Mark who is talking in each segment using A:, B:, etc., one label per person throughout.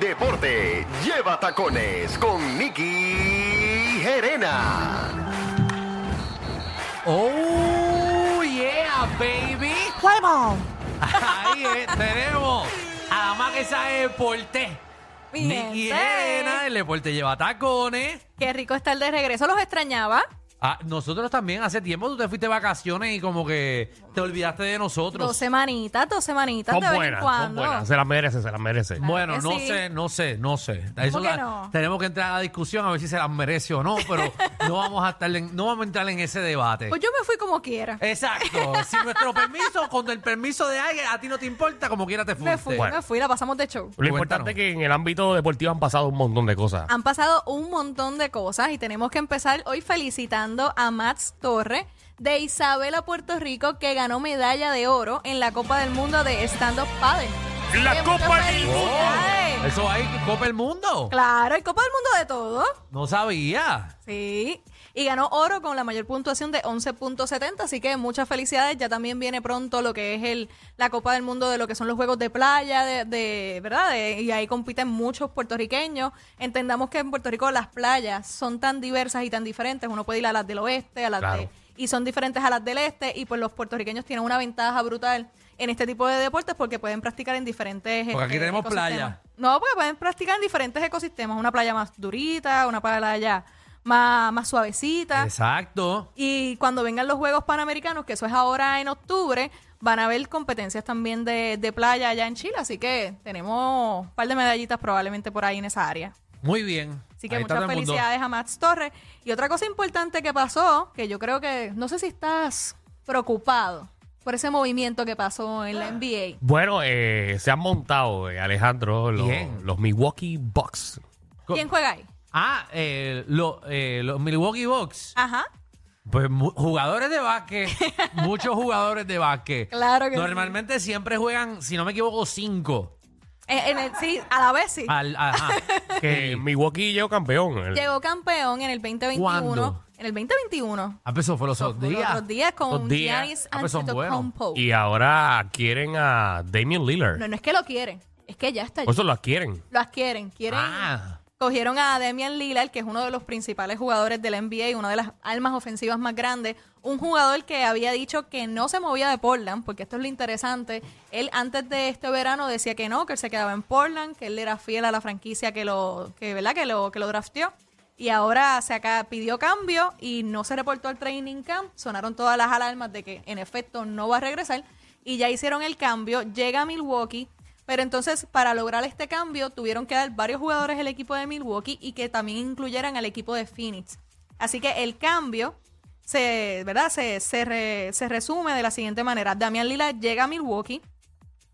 A: deporte. Lleva tacones con Nicky Gerena.
B: ¡Oh, yeah, baby!
C: Play ball.
B: Ahí eh, tenemos a la más que sabe deporte.
C: Mi
B: Nicky
C: gente.
B: Elena, el deporte lleva tacones.
C: Qué rico estar de regreso. Los extrañaba.
B: Ah, nosotros también, hace tiempo tú te fuiste de vacaciones y como que te olvidaste de
C: Dos
B: nosotros.
C: semanitas, dos semanitas de vez en
D: son
C: cuando.
D: buenas. Se las merece, se las merece.
B: Bueno,
C: Claro
B: no
C: que sí.
B: sé, no sé, no sé. Eso
C: que
B: la-
C: no?
B: Tenemos que entrar a la discusión a ver si se las merece o no, pero no vamos a estar en- no vamos a entrar en ese debate.
C: Pues yo me fui como quiera.
D: Eh,
B: Exacto. Sin nuestro permiso, con el permiso de alguien, a ti no te importa, como quiera te fuiste.
C: me fui,
D: Bueno.
C: me fui, la pasamos de show.
D: Lo importante
B: cuéntanos.
D: es que en el ámbito deportivo han pasado un montón de cosas.
C: Han pasado un montón de cosas y tenemos que empezar hoy felicitando a Max Torre de Isabela, Puerto Rico, que ganó medalla de oro en la Copa del Mundo de Stand Up Paddle.
D: La
C: ¡Qué
D: Copa
C: muchas
D: del Mundo! Oh.
C: felicidades!
B: Eso hay Copa el Mundo.
C: Claro, hay Copa del Mundo de todo.
B: No sabía.
C: Sí. Y ganó oro con la mayor puntuación de 11.70, así que muchas felicidades. Ya también viene pronto lo que es el la Copa del Mundo de lo que son los juegos de playa, de, de- ¿verdad? De- y ahí compiten muchos puertorriqueños. Entendamos que en Puerto Rico las playas son tan diversas y tan diferentes. Uno puede ir a las del oeste, a las
D: Claro.
C: de- y son diferentes a las del este y pues los puertorriqueños tienen una ventaja brutal en este tipo de deportes porque pueden practicar en diferentes
B: Porque aquí
C: este,
B: tenemos
C: ecosistemas.
B: playa.
C: No, porque pueden practicar en diferentes ecosistemas. Una playa más durita, una playa más, más suavecita.
B: Exacto.
C: Y cuando vengan los Juegos Panamericanos, que eso es ahora en octubre, van a haber competencias también de, de playa allá en Chile. Así que tenemos un par de medallitas probablemente por ahí en esa área.
B: Muy bien.
C: Así que
B: Ahí está
C: muchas
B: todo el mundo.
C: felicidades a Max Torres. Y otra cosa importante que pasó, que yo creo que, no sé si estás preocupado por ese movimiento que pasó en
B: Ah.
C: la NBA.
D: Bueno, eh, se han montado, eh, Alejandro, los,
B: Bien.
D: los Milwaukee Bucks.
B: Co-
C: ¿Quién juega ahí?
B: Ah, eh, lo- eh, los Milwaukee Bucks.
C: Ajá.
B: Pues mu- jugadores de básquet. muchos jugadores de básquet.
C: Claro que sí.
B: Normalmente siempre juegan, si no me equivoco, cinco.
C: Eh, En- en el- sí, a la vez sí.
B: Al, ajá.
D: Que Milwaukee llegó campeón. El-
C: Llegó campeón en el 2021.
B: ¿Cuándo?
C: En el 2021.
B: Ah, pues eso fue los
C: Eso
B: otros
C: fue los
B: días.
C: otros días con
B: Los días.
C: Giannis
B: Ah, pues son buenos.
C: Antetokounmpo.
D: Y ahora adquieren a Damian Lillard.
C: No, no es que lo quieren, es que ya está.
D: Por eso lo adquieren.
C: Lo adquieren, quieren.
B: Ah,
C: Cogieron a Damian Lillard, que es uno de los principales jugadores del NBA, y una de las almas ofensivas más grandes. Un jugador que había dicho que no se movía de Portland, porque esto es lo interesante. Él antes de este verano decía que no, que él se quedaba en Portland, que él era fiel a la franquicia que lo, que, ¿verdad? Que lo, que lo drafteó. Y ahora se acá pidió cambio y no se reportó al training camp. Sonaron todas las alarmas de que en efecto no va a regresar. Y ya hicieron el cambio. Llega a Milwaukee. Pero entonces, para lograr este cambio, tuvieron que dar varios jugadores del equipo de Milwaukee y que también incluyeran al equipo de Phoenix. Así que el cambio se, ¿verdad? se, se re- se resume de la siguiente manera. Damian Lillard llega a Milwaukee.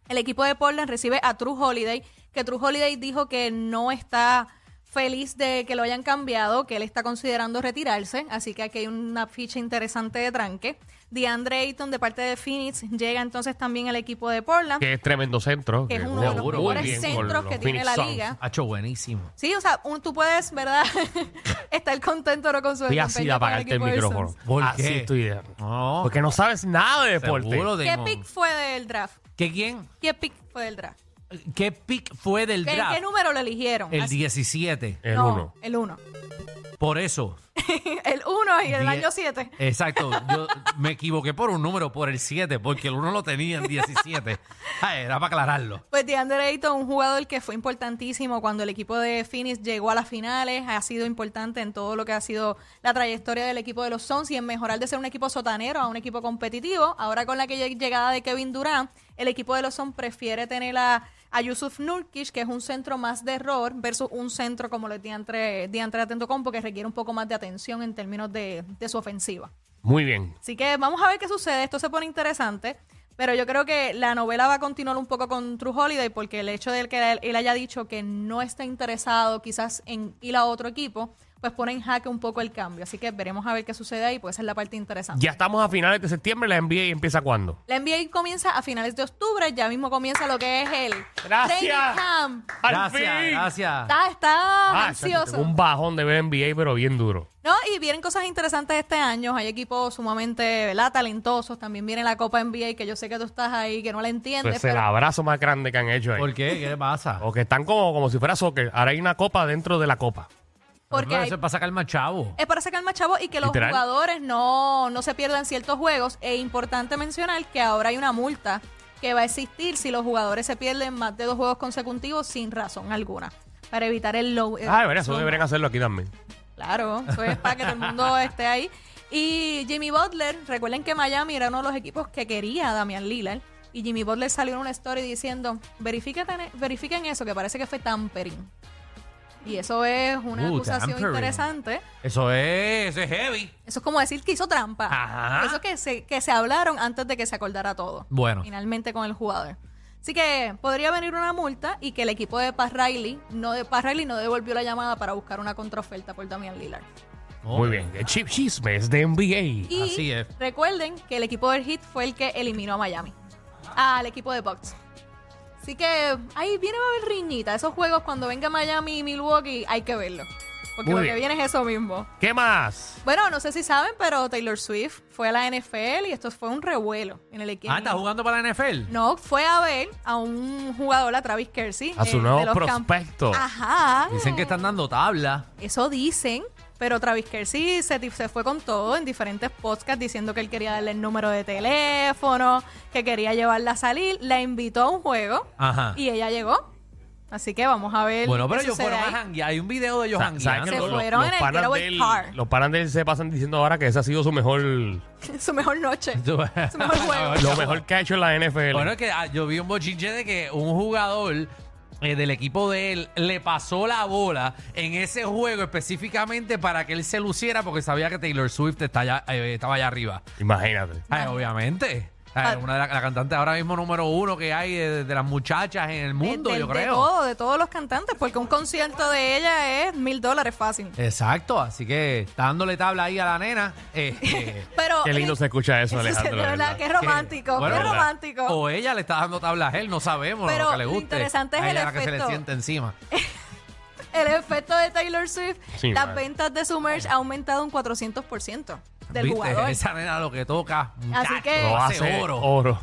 C: El equipo de Portland recibe a True Holiday, que True Holiday dijo que no está feliz de que lo hayan cambiado, que él está considerando retirarse, así que aquí hay una ficha interesante de tranque. DeAndre Ayton de parte de Phoenix llega entonces también al equipo de Portland,
D: Que es tremendo centro.
C: que es uno de los
B: Seguro, muy
C: mejores
B: bien con
C: centros
D: los
C: que tiene
D: Phoenix
C: la
D: Suns.
C: liga.
B: ha hecho buenísimo.
C: Sí, o sea, un- tú puedes, ¿verdad? estar contento no con su
D: Estoy así
C: desempeño con
D: de
C: el
D: apagarte el
C: equipo de
D: micrófono.
C: Suns.
B: ¿Por
D: así
B: qué?
D: estoy de-
B: No.
D: Porque no sabes nada de deporte.
B: Seguro,
C: ¿Qué
B: Damon.
C: pick fue del draft?
B: ¿Qué quién?
C: ¿Qué pick fue del draft?
B: ¿Qué pick fue del
C: ¿Qué,
B: draft?
C: qué número lo eligieron?
B: el
C: Así-
B: 17.
D: El
C: No,
D: uno.
C: El 1.
B: Por eso.
C: El 1 y el
B: Die-
C: año 7.
B: Exacto. Yo me equivoqué por un número, por el 7, porque el 1 lo tenía en 17. Ah, Era para aclararlo.
C: Pues DeAndre Ayton, un jugador que fue importantísimo cuando el equipo de Phoenix llegó a las finales, ha sido importante en todo lo que ha sido la trayectoria del equipo de los Suns y en mejorar de ser un equipo sotanero a un equipo competitivo. Ahora con la que lleg- llegada de Kevin Durant, el equipo de los Suns prefiere tener a, a Yusuf Nurkic, que es un centro más de error, versus un centro como lo es DeAndre, DeAndre Atentocompo, que requiere un poco más de atención en términos de- de su ofensiva.
D: Muy bien.
C: Así que vamos a ver qué sucede. Esto se pone interesante. Pero yo creo que la novela va a continuar un poco con True Holiday porque el hecho de que él, él haya dicho que no está interesado quizás en ir a otro equipo pues pone en jaque un poco el cambio. Así que veremos a ver qué sucede ahí, pues esa es la parte interesante.
D: Ya estamos a finales de septiembre, la NBA empieza cuándo?
C: La NBA comienza a finales de octubre, ya mismo comienza lo que es el
D: Gracias.
C: training camp.
D: ¡Al
B: Gracias,
D: fin!
B: gracias.
C: Está, está
D: Ah, chacho,
C: ansioso.
D: tengo un bajón de ver NBA, pero bien duro.
C: No, y vienen cosas interesantes este año. Hay equipos sumamente ¿verdad? talentosos. También viene la Copa NBA, que yo sé que tú estás ahí, que no la entiendes.
D: Pues el
C: pero
D: abrazo más grande que han hecho ahí.
B: ¿Por qué? ¿Qué le pasa?
D: O que están como, como si fuera soccer. Ahora hay una copa dentro de la copa.
C: porque
B: Pero
C: hay-
B: eso es para sacar más chavo.
C: es para sacar más chavos y que los
D: Literal.
C: jugadores no, no se pierdan ciertos juegos. E importante mencionar que ahora hay una multa que va a existir si los jugadores se pierden más de dos juegos consecutivos sin razón alguna. Para evitar el low. el
D: Ah, de verdad, eso
C: zoom.
D: deberían hacerlo aquí también.
C: Claro, eso es para que todo el mundo esté ahí. Y Jimmy Butler, recuerden que Miami era uno de los equipos que quería a Damian Lillard. Y Jimmy Butler salió en una story diciendo, "Verifícate- verifiquen eso, que parece que fue tampering. Y eso es una
B: Uh,
C: acusación
B: tampering.
C: interesante.
B: Eso es, eso es heavy.
C: Eso es como decir que hizo trampa.
B: Ajá.
C: Eso que se, que se hablaron antes de que se acordara todo.
B: Bueno.
C: Finalmente con el jugador. Así que podría venir una multa y que el equipo de Paz Riley no, de, Pat Riley no devolvió la llamada para buscar una contraoferta por Damian Lillard.
D: Muy bien. El chip chismes de NBA.
C: Y
B: Así es.
C: recuerden que el equipo del Heat fue el que eliminó a Miami, al equipo de Bucks. Así que ahí viene va a haber riñita. Esos juegos cuando venga Miami y Milwaukee hay que verlo. Porque
D: Muy
C: lo
D: bien.
C: que viene es eso mismo.
D: ¿Qué más?
C: Bueno, no sé si saben, pero Taylor Swift fue a la NFL y esto fue un revuelo en el equipo.
B: Ah, ¿estás jugando para la NFL?
C: No, fue a ver a un jugador, a Travis Kersey.
D: A su
C: eh, de
D: nuevo
C: los camp-
D: prospecto.
C: Ajá.
B: Dicen que están dando tabla.
C: Eso dicen, pero Travis Kersey se, ti- se fue con todo en diferentes podcasts diciendo que él quería darle el número de teléfono, que quería llevarla a salir. La invitó a un juego
B: Ajá.
C: y ella llegó. Así que vamos a ver.
B: Bueno, pero
C: qué
B: ellos
C: sucede
B: fueron a
C: ahí.
B: janguear. Hay un video de ellos
D: Sa- ¿saben
B: jangueando.
D: que
C: Se
D: los-
C: fueron
D: los
C: en el
D: panas
C: getaway
D: de él-
C: car.
D: Los panas de él se pasan diciendo ahora que esa ha sido su mejor. Lo
C: Su mejor noche. Su mejor juego.
D: mejor que ha hecho en la NFL.
B: Bueno, es que ah, yo vi un bochinche de que un jugador eh, del equipo de él le pasó la bola en ese juego específicamente para que él se luciera porque sabía que Taylor Swift está allá, eh, estaba allá arriba.
D: Imagínate.
B: Ay, obviamente. Ay,
C: Ah.
B: una de las la cantantes ahora mismo número uno que hay eh, de, de las muchachas en el mundo,
C: de, de-
B: yo
C: de
B: creo.
C: todo, de todos los cantantes, porque un concierto de ella es mil dólares fácil.
B: Exacto, así que está dándole tabla ahí a la nena. eh, eh,
C: Pero
D: Qué lindo se escucha eso,
C: Eso se- de
D: Alejandro. de
C: verdad,
D: verdad.
C: qué romántico,
B: bueno,
C: qué
B: ¿verdad? Oh.
C: romántico.
B: O ella le está dando tabla a él, no sabemos
C: Pero
B: lo que le
C: lo
B: guste.
C: interesante es
B: A
C: el
B: ella la que se le
C: efecto.
B: siente encima.
C: El efecto de Taylor Swift,
D: Sí,
C: las
D: madre.
C: ventas de su merch ha aumentado un 400% del
B: ¿Viste?
C: jugador.
B: Esa nena lo que toca, muchacho,
C: que-
D: Lo hace
B: oro.
D: oro.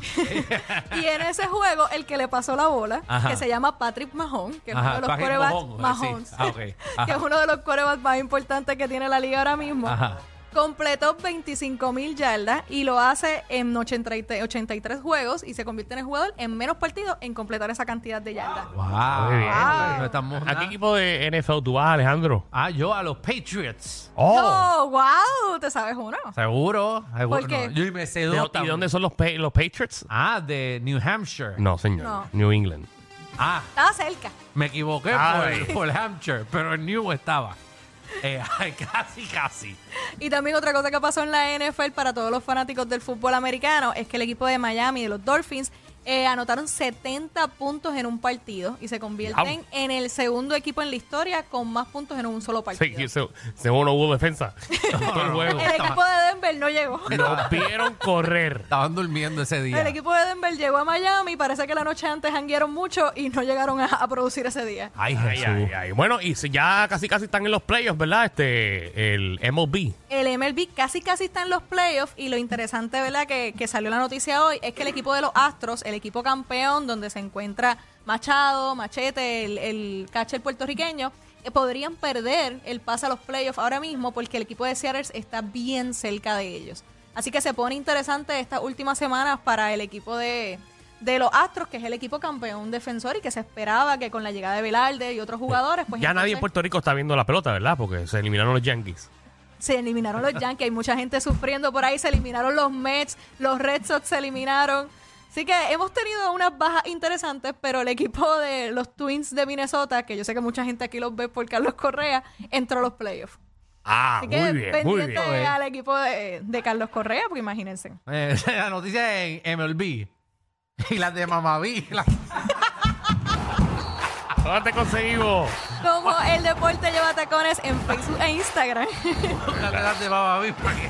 C: Y en ese juego, el que le pasó la bola,
B: Ajá.
C: que se llama Patrick Mahon, que es
B: Ajá,
C: uno de los
B: Patrick
C: quarterbacks
B: Mahomes,
C: Mahomes,
B: sí. Ah, ok.
C: que
B: Ajá.
C: es uno de los quarterbacks más importantes que tiene la liga ahora mismo.
B: Ajá.
C: Completó 25 mil yardas y lo hace en 83, 83 juegos y se convierte en el jugador en menos partidos en completar esa cantidad de yardas.
B: Wow.
D: Muy bien.
B: No estamos
D: ¿A qué
B: nada.
D: equipo de NFL tú vas, Alejandro?
B: Ah, yo a los Patriots.
D: ¡Oh!
C: ¡Oh, wow! ¿Te sabes uno?
B: Seguro. seguro.
C: ¿Por qué?
B: No, yo y me sé
D: ¿De-
B: dos
D: ¿Y
B: también.
D: dónde son los, pa- los Patriots?
B: Ah, de New Hampshire.
D: No, señor.
C: No.
D: New England.
B: Ah,
C: Estaba cerca.
B: me equivoqué
D: Ay.
B: por, por Hampshire, pero en New estaba. Eh, ay, casi, casi.
C: Y también otra cosa que pasó en la NFL para todos los fanáticos del fútbol americano es que el equipo de Miami, de los Dolphins, eh, anotaron 70 puntos en un partido y se convierten
D: Diablo.
C: en el segundo equipo en la historia con más puntos en un solo
D: Sí,
C: partido.
D: se, se hubo- no hubo defensa. Todo el juego.
C: El equipo de Denver no llegó.
D: Nos vieron correr.
B: Estaban durmiendo ese día.
C: El equipo de Denver llegó a Miami, parece que la noche antes hanguearon mucho y no llegaron a, a producir ese día.
B: Ay,
D: Ay,
B: Jesús.
D: ay, ay. Bueno, y si ya casi casi están en los playoffs, ¿verdad? Este, el MLB.
C: El MLB casi casi está en los playoffs y lo interesante, ¿verdad? Que, que salió la noticia hoy es que el equipo de los Astros, el equipo campeón donde se encuentra Machado, Machete, el, el catcher puertorriqueño, eh, podrían perder el pase a los playoffs ahora mismo porque el equipo de Seattle está bien cerca de ellos. Así que se pone interesante estas últimas semanas para el equipo de, de los Astros, que es el equipo campeón defensor y que se esperaba que con la llegada de Velarde y otros jugadores, pues
D: Eh, ya nadie en
C: entonces-
D: Puerto Rico está viendo la pelota, ¿verdad? Porque se eliminaron los Yankees.
C: se eliminaron los Yankees, hay mucha gente sufriendo por ahí, se eliminaron los Mets, los Red Sox se eliminaron. Así que hemos tenido unas bajas interesantes, pero el equipo de los Twins de Minnesota, que yo sé que mucha gente aquí los ve por Carlos Correa, entró a los playoffs.
D: Ah,
C: Así que
D: muy bien, muy bien.
C: pendiente al equipo de, de Carlos Correa, porque imagínense.
B: Eh, la noticia en MLB. Y las de Mamaví. las-
D: ¿Dónde te conseguimos?
C: Como el deporte lleva tacones en Facebook e Instagram.
B: Búscate las de Baba Bill, ¿para qué?